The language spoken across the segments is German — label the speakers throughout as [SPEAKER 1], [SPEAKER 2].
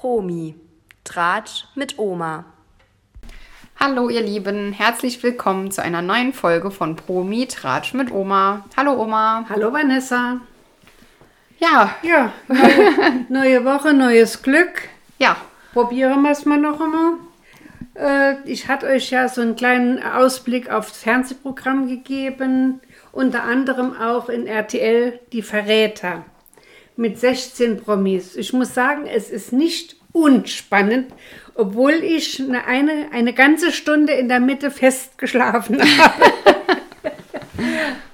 [SPEAKER 1] Omi. Tratsch mit Oma.
[SPEAKER 2] Hallo ihr Lieben, herzlich willkommen zu einer neuen Folge von Promi Tratsch mit Oma. Hallo Oma.
[SPEAKER 3] Hallo Vanessa.
[SPEAKER 2] Ja,
[SPEAKER 3] Ja, neue, neue Woche, neues Glück.
[SPEAKER 2] ja,
[SPEAKER 3] Probieren wir es mal noch einmal. Äh, ich hatte euch ja so einen kleinen Ausblick aufs Fernsehprogramm gegeben. Unter anderem auch in RTL Die Verräter mit 16 Promis. Ich muss sagen, es ist nicht unspannend, obwohl ich eine, eine, eine ganze Stunde in der Mitte festgeschlafen habe.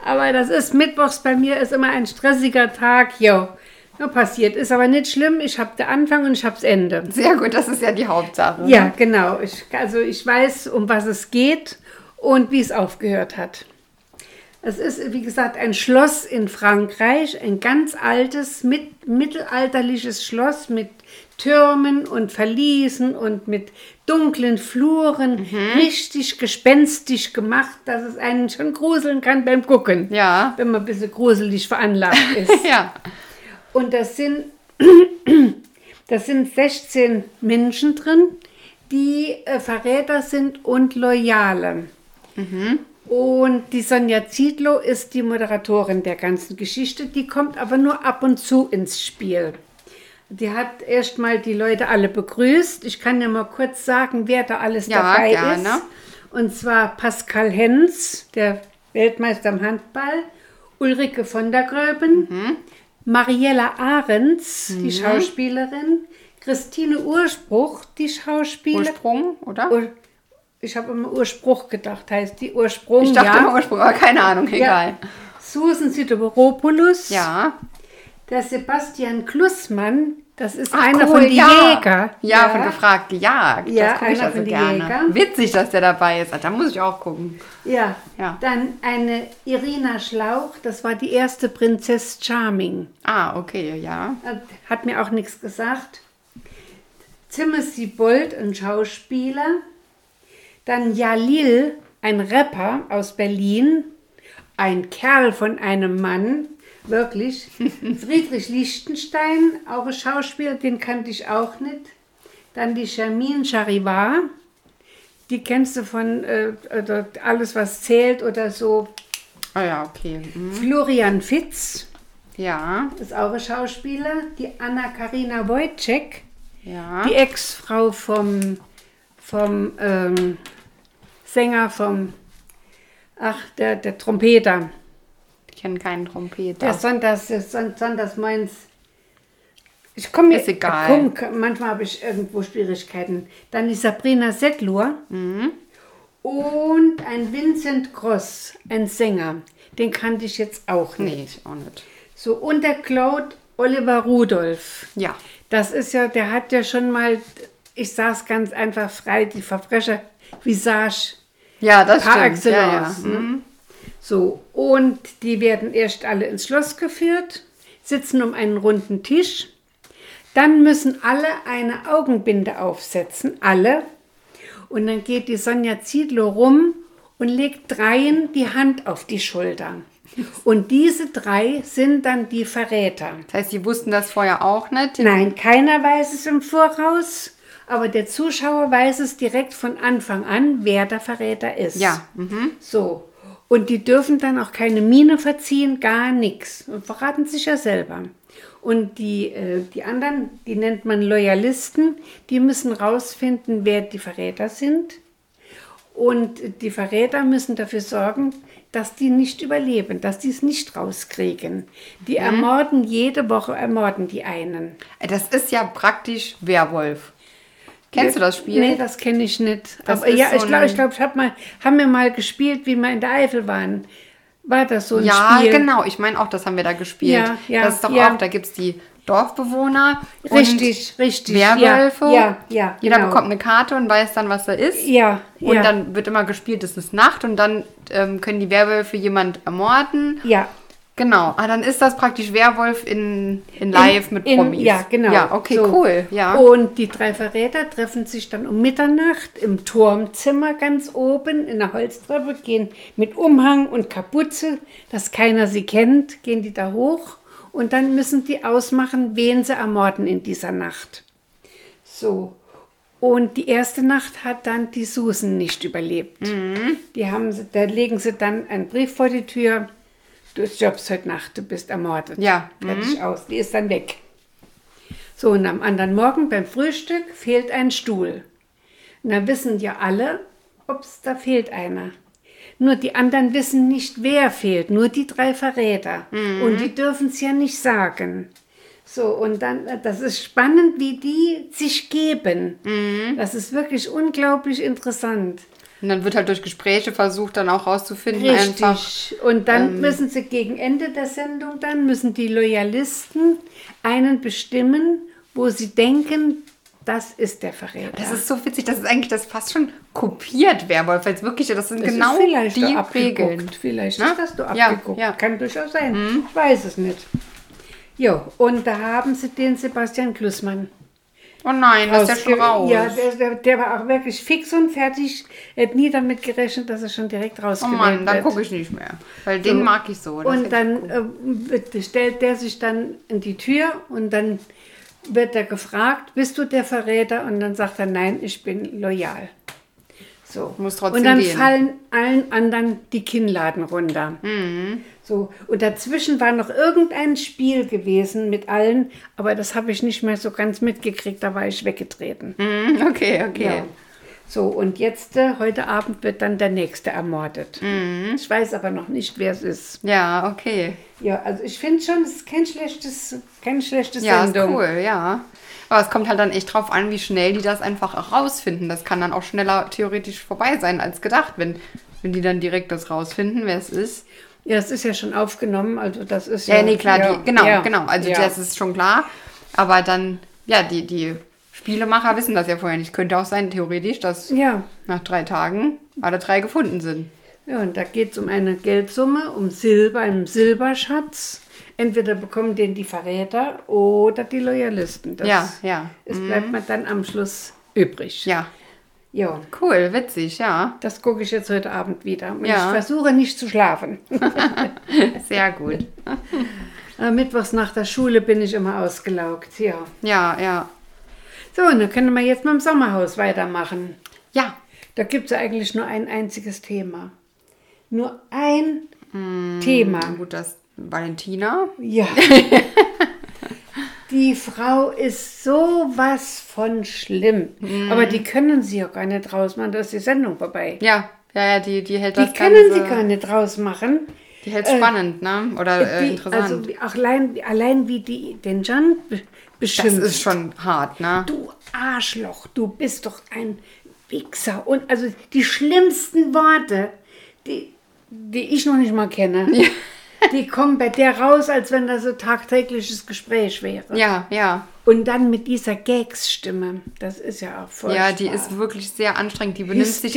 [SPEAKER 3] Aber das ist Mittwochs bei mir, ist immer ein stressiger Tag. Jo, nur passiert. Ist aber nicht schlimm. Ich habe den Anfang und ich habe das Ende.
[SPEAKER 2] sehr gut, das ist ja die Hauptsache.
[SPEAKER 3] Ja, genau. Ich, also ich weiß, um was es geht und wie es aufgehört hat. Es ist, wie gesagt, ein Schloss in Frankreich, ein ganz altes, mit, mittelalterliches Schloss mit Türmen und Verliesen und mit dunklen Fluren, richtig gespenstig gemacht, dass es einen schon gruseln kann beim Gucken,
[SPEAKER 2] Ja.
[SPEAKER 3] wenn man ein bisschen gruselig veranlagt ist.
[SPEAKER 2] Ja,
[SPEAKER 3] Und das sind, das sind 16 Menschen drin, die äh, Verräter sind und Loyale.
[SPEAKER 2] Mhm.
[SPEAKER 3] Und die Sonja Ziedlow ist die Moderatorin der ganzen Geschichte. Die kommt aber nur ab und zu ins Spiel. Die hat erstmal die Leute alle begrüßt. Ich kann ja mal kurz sagen, wer da alles
[SPEAKER 2] Ja,
[SPEAKER 3] dabei
[SPEAKER 2] gerne.
[SPEAKER 3] ist. Und zwar Pascal Hens, der Weltmeister im Handball, Ulrike von der
[SPEAKER 2] Mhm.
[SPEAKER 3] Gröben, Mariella Ahrens, die Schauspielerin, Christine Urspruch, die Schauspielerin.
[SPEAKER 2] Ursprung, oder?
[SPEAKER 3] Ur ich habe immer Urspruch gedacht, heißt die Ursprung.
[SPEAKER 2] ich dachte
[SPEAKER 3] ja.
[SPEAKER 2] immer Ursprung, aber keine Ahnung, egal.
[SPEAKER 3] Ja. Susan Sidoropoulos,
[SPEAKER 2] Ja,
[SPEAKER 3] der Sebastian Klussmann, das ist
[SPEAKER 2] Ach,
[SPEAKER 3] einer
[SPEAKER 2] cool,
[SPEAKER 3] von die
[SPEAKER 2] ja.
[SPEAKER 3] Jäger.
[SPEAKER 2] Ja, von gefragt gejagt.
[SPEAKER 3] Ja,
[SPEAKER 2] das gucke ich
[SPEAKER 3] einer
[SPEAKER 2] also
[SPEAKER 3] von die
[SPEAKER 2] gerne.
[SPEAKER 3] Jäger.
[SPEAKER 2] Witzig, dass der dabei ist. Ah, Da muss ich auch gucken.
[SPEAKER 3] Ja.
[SPEAKER 2] Ja.
[SPEAKER 3] Dann eine Irina Schlauch, das war die erste Prinzess Charming.
[SPEAKER 2] Ah, okay, ja.
[SPEAKER 3] Hat mir auch nichts gesagt. Timothy Bold, ein Schauspieler. Dann Jalil, ein Rapper aus Berlin. Ein Kerl von einem Mann, wirklich. Friedrich Lichtenstein, auch ein Schauspieler, den kannte ich auch nicht. Dann die Shamin Charivar, die kennst du von äh, oder Alles, was zählt oder so.
[SPEAKER 2] Ah ja, okay. mhm.
[SPEAKER 3] Florian Fitz,
[SPEAKER 2] Ja,
[SPEAKER 3] ist auch ein Schauspieler. Die Anna-Karina Wojcik,
[SPEAKER 2] ja.
[SPEAKER 3] die Ex-Frau vom, vom ähm, Sänger, vom, ach, der, der Trompeter.
[SPEAKER 2] Ich kenne keinen Trompeter.
[SPEAKER 3] Der Sonntags, der Son- Sonntags meins. Ich komme mir
[SPEAKER 2] Ist egal.
[SPEAKER 3] Komm, manchmal habe ich irgendwo Schwierigkeiten. Dann die Sabrina Settlur
[SPEAKER 2] Mhm.
[SPEAKER 3] und ein Vincent Gross, ein Sänger. Den kannte ich jetzt auch nicht.
[SPEAKER 2] Nee, ich auch nicht.
[SPEAKER 3] So, und der Claude Oliver Rudolph.
[SPEAKER 2] Ja.
[SPEAKER 3] Das ist ja, der hat ja schon mal, ich saß ganz einfach frei, die Verbrecher, Visage,
[SPEAKER 2] Ja, Mhm. das
[SPEAKER 3] par
[SPEAKER 2] stimmt. Ja, ja.
[SPEAKER 3] excellence. Ne? So, und die werden erst alle ins Schloss geführt, sitzen um einen runden Tisch. Dann müssen alle eine Augenbinde aufsetzen, alle. Und dann geht die Sonja Ziedlow rum und legt dreien die Hand auf die Schulter. Und diese drei sind dann die Verräter.
[SPEAKER 2] Das heißt, sie wussten das vorher auch nicht.
[SPEAKER 3] Nein, keiner weiß es im Voraus, aber der Zuschauer weiß es direkt von Anfang an, wer der Verräter ist.
[SPEAKER 2] Ja,
[SPEAKER 3] So. Und die dürfen dann auch keine Miene verziehen, gar nichts. Und verraten sich ja selber. Und die, äh, die anderen, die nennt man Loyalisten, die müssen rausfinden, wer die Verräter sind. Und die Verräter müssen dafür sorgen, dass die nicht überleben, dass die es nicht rauskriegen. Die ermorden jede Woche, ermorden die einen.
[SPEAKER 2] Das ist ja praktisch Werwolf. Kennst du das Spiel?
[SPEAKER 3] Nee, das kenne ich nicht.
[SPEAKER 2] Das
[SPEAKER 3] Aber
[SPEAKER 2] ist
[SPEAKER 3] ja,
[SPEAKER 2] so
[SPEAKER 3] ich glaube,
[SPEAKER 2] ein-
[SPEAKER 3] ich glaub, ich hab mal, haben wir mal gespielt, wie wir in der Eifel waren. War das so ein
[SPEAKER 2] ja,
[SPEAKER 3] Spiel?
[SPEAKER 2] genau. Ich meine auch, das haben wir da gespielt.
[SPEAKER 3] Ja, ja,
[SPEAKER 2] das ist doch
[SPEAKER 3] ja.
[SPEAKER 2] auch, da gibt es die Dorfbewohner.
[SPEAKER 3] Richtig, richtig, ja,
[SPEAKER 2] Werwölfe.
[SPEAKER 3] ja, ja,
[SPEAKER 2] Jeder
[SPEAKER 3] genau.
[SPEAKER 2] bekommt eine Karte und weiß dann, was da ist.
[SPEAKER 3] Ja,
[SPEAKER 2] Und
[SPEAKER 3] ja.
[SPEAKER 2] dann wird immer gespielt, es ist Nacht und dann ähm, können die Werwölfe jemand ermorden.
[SPEAKER 3] Ja,
[SPEAKER 2] Genau. Ah, dann ist das praktisch Werwolf in, in Live mit
[SPEAKER 3] in-
[SPEAKER 2] Promis.
[SPEAKER 3] Ja, genau.
[SPEAKER 2] Ja, okay,
[SPEAKER 3] So. Oh,
[SPEAKER 2] cool. Ja.
[SPEAKER 3] Und die drei Verräter treffen sich dann um Mitternacht im Turmzimmer ganz oben in der Holztreppe, gehen mit Umhang und Kapuze, dass keiner sie kennt, gehen die da hoch und dann müssen die ausmachen, wen sie ermorden in dieser Nacht. So. Und die erste Nacht hat dann die Susan nicht überlebt. Die haben, sie- da legen sie dann einen Brief vor die Tür. Du stirbst heute Nacht, du bist ermordet.
[SPEAKER 2] Ja.
[SPEAKER 3] Fertig aus. Die ist dann weg. So, und am anderen Morgen beim Frühstück fehlt ein Stuhl. Und dann wissen ja alle, ups, da fehlt einer. Nur die anderen wissen nicht, wer fehlt. Nur die drei Verräter. Und die dürfen es ja nicht sagen. So, und dann, äh, das ist spannend, wie die sich geben. Das ist wirklich unglaublich interessant.
[SPEAKER 2] Und dann wird halt durch Gespräche versucht, dann auch rauszufinden,
[SPEAKER 3] Richtig.
[SPEAKER 2] einfach.
[SPEAKER 3] Und dann müssen sie gegen Ende der Sendung, dann müssen die Loyalisten einen bestimmen, wo sie denken, das ist der Verräter.
[SPEAKER 2] Das ist so witzig, das ist eigentlich das fast schon kopiert Werwolf, weil es wirklich, das sind
[SPEAKER 3] Das ist
[SPEAKER 2] genau
[SPEAKER 3] vielleicht
[SPEAKER 2] die
[SPEAKER 3] doch abgeguckt.
[SPEAKER 2] Regeln.
[SPEAKER 3] Vielleicht
[SPEAKER 2] Na?
[SPEAKER 3] ist das nur
[SPEAKER 2] Ja,
[SPEAKER 3] abgeguckt.
[SPEAKER 2] ja. Mhm.
[SPEAKER 3] Kann durchaus sein. Ich weiß es nicht. Jo, und da haben sie den Sebastian Klüssmann.
[SPEAKER 2] Oh nein, das ist ja schon
[SPEAKER 3] Ausge-
[SPEAKER 2] raus.
[SPEAKER 3] Ja, der, der, der war auch wirklich fix und fertig. Er hat nie damit gerechnet, dass er schon direkt
[SPEAKER 2] oh
[SPEAKER 3] rausgewählt
[SPEAKER 2] Mann, dann
[SPEAKER 3] wird.
[SPEAKER 2] gucke ich nicht mehr. Weil den mag ich so. Das
[SPEAKER 3] Und
[SPEAKER 2] ist-
[SPEAKER 3] dann äh, wird- stellt der sich dann in die Tür und dann wird er gefragt, bist du der Verräter? Und dann sagt er, nein, ich bin loyal. So.
[SPEAKER 2] Muss trotzdem
[SPEAKER 3] und dann
[SPEAKER 2] gehen.
[SPEAKER 3] fallen allen anderen die Kinnladen runter.
[SPEAKER 2] Mhm.
[SPEAKER 3] So. Und dazwischen war noch irgendein Spiel gewesen mit allen, aber das habe ich nicht mehr so ganz mitgekriegt, da war ich weggetreten.
[SPEAKER 2] Hm, okay, okay.
[SPEAKER 3] Ja. So, und jetzt, äh, heute Abend wird dann der Nächste ermordet.
[SPEAKER 2] Mhm.
[SPEAKER 3] Ich weiß aber noch nicht, wer es ist.
[SPEAKER 2] Ja, okay.
[SPEAKER 3] Ja, also ich finde schon, es ist kein schlechtes, kein schlechtes
[SPEAKER 2] Ja, ist
[SPEAKER 3] Sendung.
[SPEAKER 2] cool, ja. Aber es kommt halt dann echt drauf an, wie schnell die das einfach auch rausfinden. Das kann dann auch schneller theoretisch vorbei sein als gedacht, wenn, wenn die dann direkt das rausfinden, wer es ist.
[SPEAKER 3] Ja, es ist ja schon aufgenommen, also das ist
[SPEAKER 2] Ja, nee, klar, die, genau,
[SPEAKER 3] ja,
[SPEAKER 2] genau. Also
[SPEAKER 3] ja.
[SPEAKER 2] das ist schon klar. Aber dann, ja, die, die Spielemacher wissen das ja vorher nicht. Könnte auch sein, theoretisch, dass
[SPEAKER 3] Ja.
[SPEAKER 2] nach drei Tagen alle drei gefunden sind.
[SPEAKER 3] ja, und da geht es um eine Geldsumme, um Silber, einen Silberschatz. Entweder bekommen den die Verräter oder die Loyalisten. Das,
[SPEAKER 2] Ja, ja. Mhm.
[SPEAKER 3] Es bleibt mir dann am Schluss übrig.
[SPEAKER 2] Ja,
[SPEAKER 3] ja.
[SPEAKER 2] cool, witzig, ja.
[SPEAKER 3] Das gucke ich jetzt heute Abend wieder. Und
[SPEAKER 2] Ja.
[SPEAKER 3] ich versuche nicht zu schlafen.
[SPEAKER 2] Sehr gut.
[SPEAKER 3] Äh, Mittwochs nach der Schule bin ich immer ausgelaugt. Ja.
[SPEAKER 2] Ja, ja.
[SPEAKER 3] So, und dann können wir jetzt mit dem Sommerhaus weitermachen.
[SPEAKER 2] Ja,
[SPEAKER 3] Da gibt es ja eigentlich nur ein einziges Thema. Nur ein Thema.
[SPEAKER 2] gut, das Valentina.
[SPEAKER 3] Ja. die Frau ist sowas von schlimm.
[SPEAKER 2] Mhm.
[SPEAKER 3] Aber die können sie ja gar nicht rausmachen, da ist die Sendung vorbei.
[SPEAKER 2] Ja, ja, ja, die, die hält
[SPEAKER 3] Die
[SPEAKER 2] das
[SPEAKER 3] können sie
[SPEAKER 2] Ganze-
[SPEAKER 3] gar nicht rausmachen.
[SPEAKER 2] Die hält spannend, ne? Oder äh,
[SPEAKER 3] Die,
[SPEAKER 2] interessant.
[SPEAKER 3] also wie- allein, allein wie die den John be-
[SPEAKER 2] das
[SPEAKER 3] beschimpft.
[SPEAKER 2] ist schon hart, ne?
[SPEAKER 3] du Arschloch, du bist doch ein Wichser. Und also die schlimmsten Worte, die, die ich noch nicht mal kenne, die kommen bei der raus, als wenn das so tagtägliches Gespräch wäre.
[SPEAKER 2] Ja, ja.
[SPEAKER 3] Und dann mit dieser Gags-Stimme, das ist ja auch voll.
[SPEAKER 2] Ja, die ist wirklich sehr anstrengend. Die benimmt
[SPEAKER 3] Hysterisch.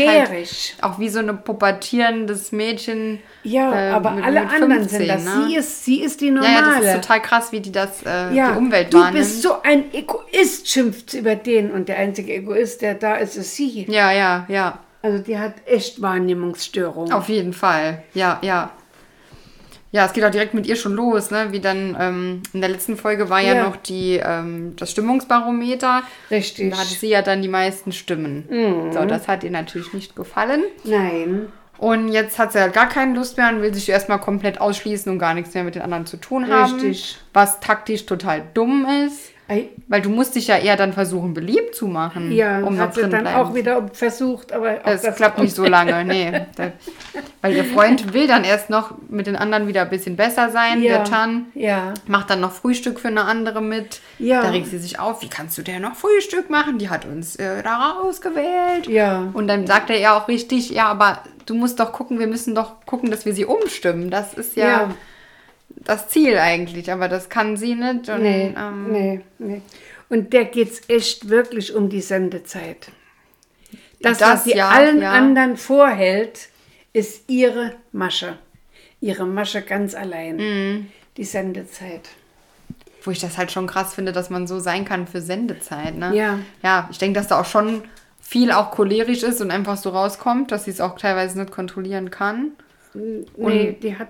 [SPEAKER 2] sich halt auch wie so eine pubertierendes Mädchen.
[SPEAKER 3] Ja,
[SPEAKER 2] äh,
[SPEAKER 3] aber
[SPEAKER 2] mit-
[SPEAKER 3] alle
[SPEAKER 2] mit
[SPEAKER 3] anderen sind
[SPEAKER 2] 15,
[SPEAKER 3] das.
[SPEAKER 2] ne?
[SPEAKER 3] Sie, ist, sie ist die
[SPEAKER 2] Ja,
[SPEAKER 3] normale.
[SPEAKER 2] ja, das ist total krass, wie die das äh,
[SPEAKER 3] Ja,
[SPEAKER 2] die Umwelt
[SPEAKER 3] du
[SPEAKER 2] wahrnimmt.
[SPEAKER 3] bist so ein Egoist, schimpft sie über den. Und der einzige Egoist, der da ist, ist sie.
[SPEAKER 2] ja, ja, ja.
[SPEAKER 3] Also die hat echt Wahrnehmungsstörung.
[SPEAKER 2] Auf jeden Fall. Ja, ja. Ja, es geht auch direkt mit ihr schon los, ne? Wie dann ähm, in der letzten Folge war ja,
[SPEAKER 3] Ja.
[SPEAKER 2] noch die, ähm, das Stimmungsbarometer.
[SPEAKER 3] Richtig.
[SPEAKER 2] Da hatte sie ja dann die meisten Stimmen.
[SPEAKER 3] Mhm.
[SPEAKER 2] So, das hat ihr natürlich nicht gefallen.
[SPEAKER 3] Nein.
[SPEAKER 2] Und jetzt hat sie halt gar keine Lust mehr und will sich erstmal komplett ausschließen und gar nichts mehr mit den anderen zu tun haben.
[SPEAKER 3] Richtig.
[SPEAKER 2] Was taktisch total dumm ist.
[SPEAKER 3] Ei,
[SPEAKER 2] Weil du musst dich ja eher dann versuchen, beliebt zu machen,
[SPEAKER 3] Ja,
[SPEAKER 2] um noch
[SPEAKER 3] hat sie
[SPEAKER 2] drin
[SPEAKER 3] dann
[SPEAKER 2] bleiben.
[SPEAKER 3] auch wieder versucht, aber auch
[SPEAKER 2] das, klappt nicht so lange, nee. Da, weil ihr Freund will dann erst noch mit den anderen wieder ein bisschen besser sein,
[SPEAKER 3] Ja.
[SPEAKER 2] der Chan.
[SPEAKER 3] Ja.
[SPEAKER 2] Macht dann noch Frühstück für eine andere mit.
[SPEAKER 3] Ja.
[SPEAKER 2] Da regt sie sich auf, wie kannst du der noch Frühstück machen? Die hat uns äh, da rausgewählt.
[SPEAKER 3] Ja.
[SPEAKER 2] Und dann sagt er ja auch richtig, ja, aber du musst doch gucken, wir müssen doch gucken, dass wir sie umstimmen. Das ist ja,
[SPEAKER 3] Ja.
[SPEAKER 2] das Ziel eigentlich, aber das kann sie nicht. Und,
[SPEAKER 3] Nee,
[SPEAKER 2] ähm,
[SPEAKER 3] nee, nee. Und der geht es echt wirklich um die Sendezeit. Das,
[SPEAKER 2] Das
[SPEAKER 3] was sie
[SPEAKER 2] ja,
[SPEAKER 3] allen
[SPEAKER 2] ja.
[SPEAKER 3] anderen vorhält, ist ihre Masche. Ihre Masche ganz allein.
[SPEAKER 2] Mhm.
[SPEAKER 3] Die Sendezeit.
[SPEAKER 2] Wo ich das halt schon krass finde, dass man so sein kann für Sendezeit, ne?
[SPEAKER 3] Ja.
[SPEAKER 2] Ja, ich denke, dass da auch schon viel auch cholerisch ist und einfach so rauskommt, dass sie es auch teilweise nicht kontrollieren kann.
[SPEAKER 3] nee, die hat,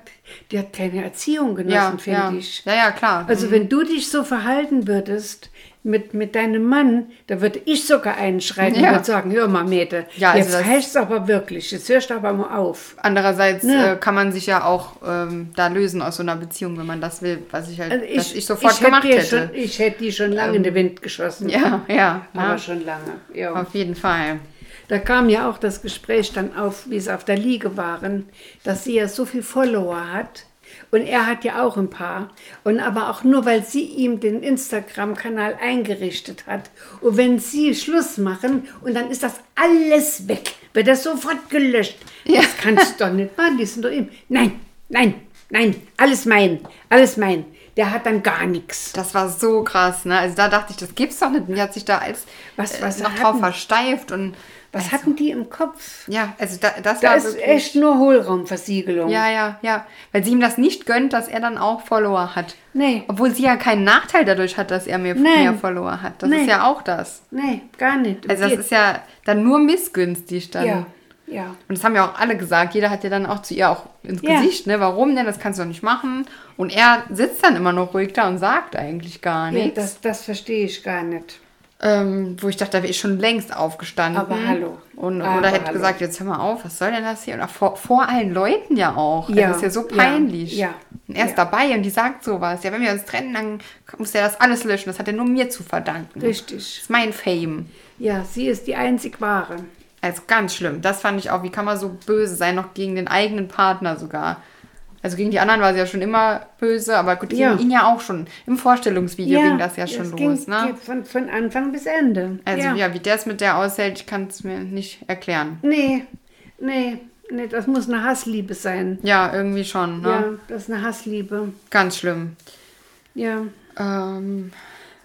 [SPEAKER 3] die hat keine Erziehung genossen,
[SPEAKER 2] Ja,
[SPEAKER 3] finde
[SPEAKER 2] ja.
[SPEAKER 3] ich.
[SPEAKER 2] ja, ja, klar.
[SPEAKER 3] Also wenn du dich so verhalten würdest mit, mit deinem Mann, da würde ich sogar einschreiten
[SPEAKER 2] Ja.
[SPEAKER 3] und sagen, hör mal, Mete,
[SPEAKER 2] Ja, also
[SPEAKER 3] jetzt
[SPEAKER 2] das-
[SPEAKER 3] reicht's aber wirklich, jetzt hörst du aber mal auf.
[SPEAKER 2] Andererseits
[SPEAKER 3] Ne.
[SPEAKER 2] äh, kann man sich ja auch ähm, da lösen aus so einer Beziehung, wenn man das will, was ich halt
[SPEAKER 3] Also
[SPEAKER 2] was ich sofort
[SPEAKER 3] hätte
[SPEAKER 2] gemacht
[SPEAKER 3] dir
[SPEAKER 2] hätte. Ähm,
[SPEAKER 3] Schon, ich hätte die schon lange in den Wind geschossen.
[SPEAKER 2] Ja, ja,
[SPEAKER 3] Aber
[SPEAKER 2] ja.
[SPEAKER 3] schon lange. Ja.
[SPEAKER 2] Auf jeden Fall.
[SPEAKER 3] Da kam ja auch das Gespräch dann auf, wie sie auf der Liege waren, dass sie ja so viel Follower hat. Und er hat ja auch ein paar. Und aber auch nur, weil sie ihm den Instagram-Kanal eingerichtet hat. Und wenn sie Schluss machen und dann ist das alles weg, wird das sofort gelöscht. Das kannst du doch nicht machen, die sind doch eben. Nein, nein, nein, alles mein, alles mein. Der hat dann gar nichts.
[SPEAKER 2] Das war so krass, ne? Also da dachte ich, das gibt's doch nicht. Und die hat sich da als
[SPEAKER 3] Was-
[SPEAKER 2] äh,
[SPEAKER 3] was
[SPEAKER 2] noch
[SPEAKER 3] hatten-
[SPEAKER 2] drauf versteift und
[SPEAKER 3] Was
[SPEAKER 2] also,
[SPEAKER 3] hatten die im Kopf?
[SPEAKER 2] ja, also da, das
[SPEAKER 3] Da
[SPEAKER 2] war
[SPEAKER 3] ist
[SPEAKER 2] wirklich,
[SPEAKER 3] echt nur Hohlraumversiegelung.
[SPEAKER 2] ja, ja, ja, weil sie ihm das nicht gönnt, dass er dann auch Follower hat.
[SPEAKER 3] Nee.
[SPEAKER 2] Obwohl sie ja keinen Nachteil dadurch hat, dass er mehr,
[SPEAKER 3] Nein.
[SPEAKER 2] mehr Follower hat. Das
[SPEAKER 3] Nee.
[SPEAKER 2] ist ja auch das.
[SPEAKER 3] Nee, gar nicht.
[SPEAKER 2] Also das
[SPEAKER 3] Geht-
[SPEAKER 2] ist ja dann nur missgünstig dann.
[SPEAKER 3] ja, ja.
[SPEAKER 2] Und das haben ja auch alle gesagt. Jeder hat ja dann auch zu ihr auch ins
[SPEAKER 3] Ja.
[SPEAKER 2] Gesicht, ne? Warum denn? Das kannst du doch nicht machen. Und er sitzt dann immer noch ruhig da und sagt eigentlich gar
[SPEAKER 3] Nee,
[SPEAKER 2] nichts.
[SPEAKER 3] das, das verstehe ich gar nicht.
[SPEAKER 2] ähm, wo ich dachte, da wäre ich schon längst aufgestanden.
[SPEAKER 3] Aber hallo.
[SPEAKER 2] Und,
[SPEAKER 3] Aber
[SPEAKER 2] oder hätte
[SPEAKER 3] hallo.
[SPEAKER 2] gesagt, jetzt hör mal auf, was soll denn das hier? Oder vor, vor allen Leuten ja auch.
[SPEAKER 3] Ja,
[SPEAKER 2] Das ist ja so
[SPEAKER 3] ja,
[SPEAKER 2] peinlich.
[SPEAKER 3] ja,
[SPEAKER 2] Und er ist
[SPEAKER 3] ja.
[SPEAKER 2] dabei und die sagt sowas. Ja, wenn wir uns trennen, dann muss er das alles löschen. Das hat er nur mir zu verdanken. Das
[SPEAKER 3] Richtig.
[SPEAKER 2] ist mein Fame.
[SPEAKER 3] Ja, sie ist die einzig wahre.
[SPEAKER 2] Also ganz schlimm. Das fand ich auch. Wie kann man so böse sein, noch gegen den eigenen Partner sogar? Also gegen die anderen war sie ja schon immer böse, aber gut, gegen
[SPEAKER 3] Ja.
[SPEAKER 2] ihn ja auch schon. Im Vorstellungsvideo ging das ja schon
[SPEAKER 3] es
[SPEAKER 2] los,
[SPEAKER 3] ging
[SPEAKER 2] ne?
[SPEAKER 3] Von, von Anfang bis Ende.
[SPEAKER 2] Also ja,
[SPEAKER 3] ja.
[SPEAKER 2] wie der es mit der aushält, ich kann es mir nicht erklären.
[SPEAKER 3] Nee, nee, nee, das muss eine Hassliebe sein.
[SPEAKER 2] Ja, irgendwie schon, ne?
[SPEAKER 3] Ja, das ist eine Hassliebe.
[SPEAKER 2] Ganz schlimm.
[SPEAKER 3] Ja.
[SPEAKER 2] Ähm,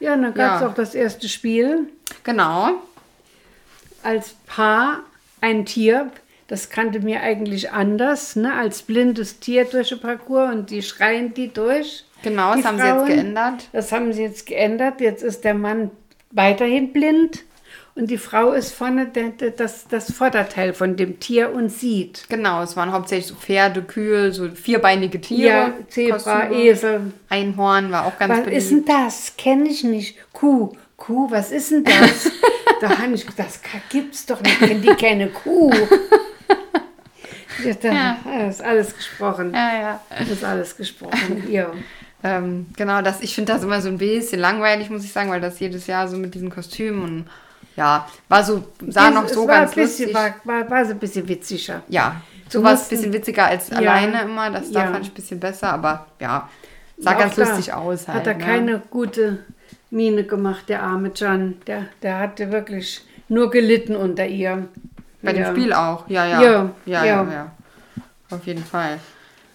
[SPEAKER 3] Ja, und dann gab es
[SPEAKER 2] Ja.
[SPEAKER 3] auch das erste Spiel
[SPEAKER 2] genau.
[SPEAKER 3] als Paar, ein Tier. Das kannte mir eigentlich anders, ne? als blindes Tier durch den Parcours und die schreien die durch.
[SPEAKER 2] Genau,
[SPEAKER 3] die
[SPEAKER 2] das haben sie jetzt geändert.
[SPEAKER 3] Das haben sie jetzt geändert. Jetzt ist der Mann weiterhin blind und die Frau ist vorne der, der, das, das Vorderteil von dem Tier und sieht.
[SPEAKER 2] Genau, es waren hauptsächlich so Pferde, Kühe, so vierbeinige Tiere.
[SPEAKER 3] ja, Zebra, eh.
[SPEAKER 2] Kostüme.
[SPEAKER 3] Esel.
[SPEAKER 2] Einhorn war auch ganz
[SPEAKER 3] Was
[SPEAKER 2] beliebt.
[SPEAKER 3] ist denn das? Kenne ich nicht. Kuh, Kuh, was ist denn das? da habe ich gedacht, das gibt's doch nicht, wenn die keine Kuh. Ja, da ja. ist alles gesprochen.
[SPEAKER 2] ja, ja.
[SPEAKER 3] Ist alles gesprochen. Ja.
[SPEAKER 2] Ähm, genau, das, ich finde das immer so ein bisschen langweilig, muss ich sagen, weil das jedes Jahr so mit diesen Kostümen und ja, war so, sah
[SPEAKER 3] Es-
[SPEAKER 2] noch
[SPEAKER 3] es
[SPEAKER 2] so
[SPEAKER 3] war
[SPEAKER 2] ganz
[SPEAKER 3] ein bisschen,
[SPEAKER 2] lustig.
[SPEAKER 3] war, war, war so ein bisschen witziger.
[SPEAKER 2] ja,
[SPEAKER 3] Du
[SPEAKER 2] sowas ein
[SPEAKER 3] musst-
[SPEAKER 2] bisschen witziger als alleine immer. Das da
[SPEAKER 3] Ja.
[SPEAKER 2] fand ich ein bisschen besser, aber ja, sah
[SPEAKER 3] Auch
[SPEAKER 2] ganz
[SPEAKER 3] da
[SPEAKER 2] lustig aus. Halt,
[SPEAKER 3] Hat er
[SPEAKER 2] ne?
[SPEAKER 3] keine gute Miene gemacht, der arme John. Der, der hatte wirklich nur gelitten unter ihr.
[SPEAKER 2] Bei
[SPEAKER 3] Ja.
[SPEAKER 2] dem Spiel auch, ja, ja.
[SPEAKER 3] Ja,
[SPEAKER 2] ja, ja.
[SPEAKER 3] ja.
[SPEAKER 2] ja. Auf jeden Fall.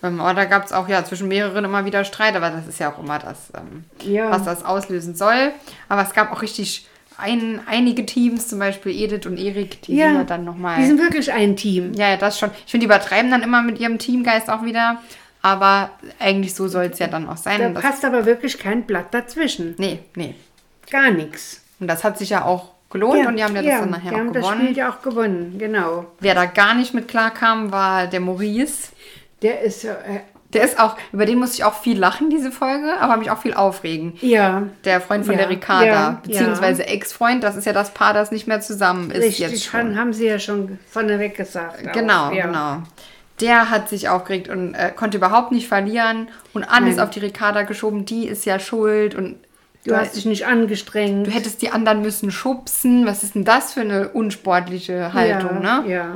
[SPEAKER 2] Ähm, aber da gab es auch ja zwischen mehreren immer wieder Streit, aber das ist ja auch immer das, ähm,
[SPEAKER 3] Ja.
[SPEAKER 2] was das auslösen soll. Aber es gab auch richtig ein, einige Teams, zum Beispiel Edith und Erik, die sind ja dann
[SPEAKER 3] Die sind
[SPEAKER 2] nochmal.
[SPEAKER 3] wirklich ein Team.
[SPEAKER 2] Ja, ja, das schon. Ich finde, die übertreiben dann immer mit ihrem Teamgeist auch wieder. Aber eigentlich so soll es ja dann auch sein.
[SPEAKER 3] Da
[SPEAKER 2] Und das,
[SPEAKER 3] passt aber wirklich kein Blatt dazwischen.
[SPEAKER 2] nee, nee.
[SPEAKER 3] Gar nichts.
[SPEAKER 2] Und das hat sich ja auch gelohnt und die haben ja, das dann nachher
[SPEAKER 3] die haben
[SPEAKER 2] auch
[SPEAKER 3] das
[SPEAKER 2] gewonnen.
[SPEAKER 3] Spiel ja auch gewonnen, genau.
[SPEAKER 2] Wer da gar nicht mit klarkam, war der Maurice.
[SPEAKER 3] Der ist ja, äh,
[SPEAKER 2] Der ist auch, über den musste ich auch viel lachen, diese Folge, aber mich auch viel aufregen.
[SPEAKER 3] ja,
[SPEAKER 2] Der Freund von
[SPEAKER 3] Ja.
[SPEAKER 2] der Ricarda,
[SPEAKER 3] Ja.
[SPEAKER 2] beziehungsweise Ex-Freund, das ist ja das Paar, das nicht mehr zusammen ist jetzt
[SPEAKER 3] richtig,
[SPEAKER 2] schon.
[SPEAKER 3] haben, haben sie ja schon vorne weg gesagt. auch,
[SPEAKER 2] Genau,
[SPEAKER 3] ja.
[SPEAKER 2] genau. Der hat sich aufgeregt und äh, konnte überhaupt nicht verlieren und alles
[SPEAKER 3] Nein.
[SPEAKER 2] auf die Ricarda geschoben, die ist ja schuld und
[SPEAKER 3] Du hast dich nicht angestrengt.
[SPEAKER 2] du hättest die anderen müssen schubsen. Was ist denn das für eine unsportliche Haltung,
[SPEAKER 3] ja,
[SPEAKER 2] ne?
[SPEAKER 3] Ja.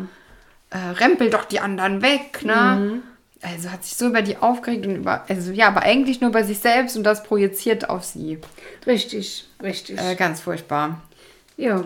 [SPEAKER 2] äh, rempel doch die anderen weg,
[SPEAKER 3] Mhm.
[SPEAKER 2] ne? Also hat sich so über die aufgeregt und über, also ja, aber eigentlich nur über sich selbst und das projiziert auf sie.
[SPEAKER 3] Richtig, richtig.
[SPEAKER 2] Äh, ganz furchtbar.
[SPEAKER 3] ja.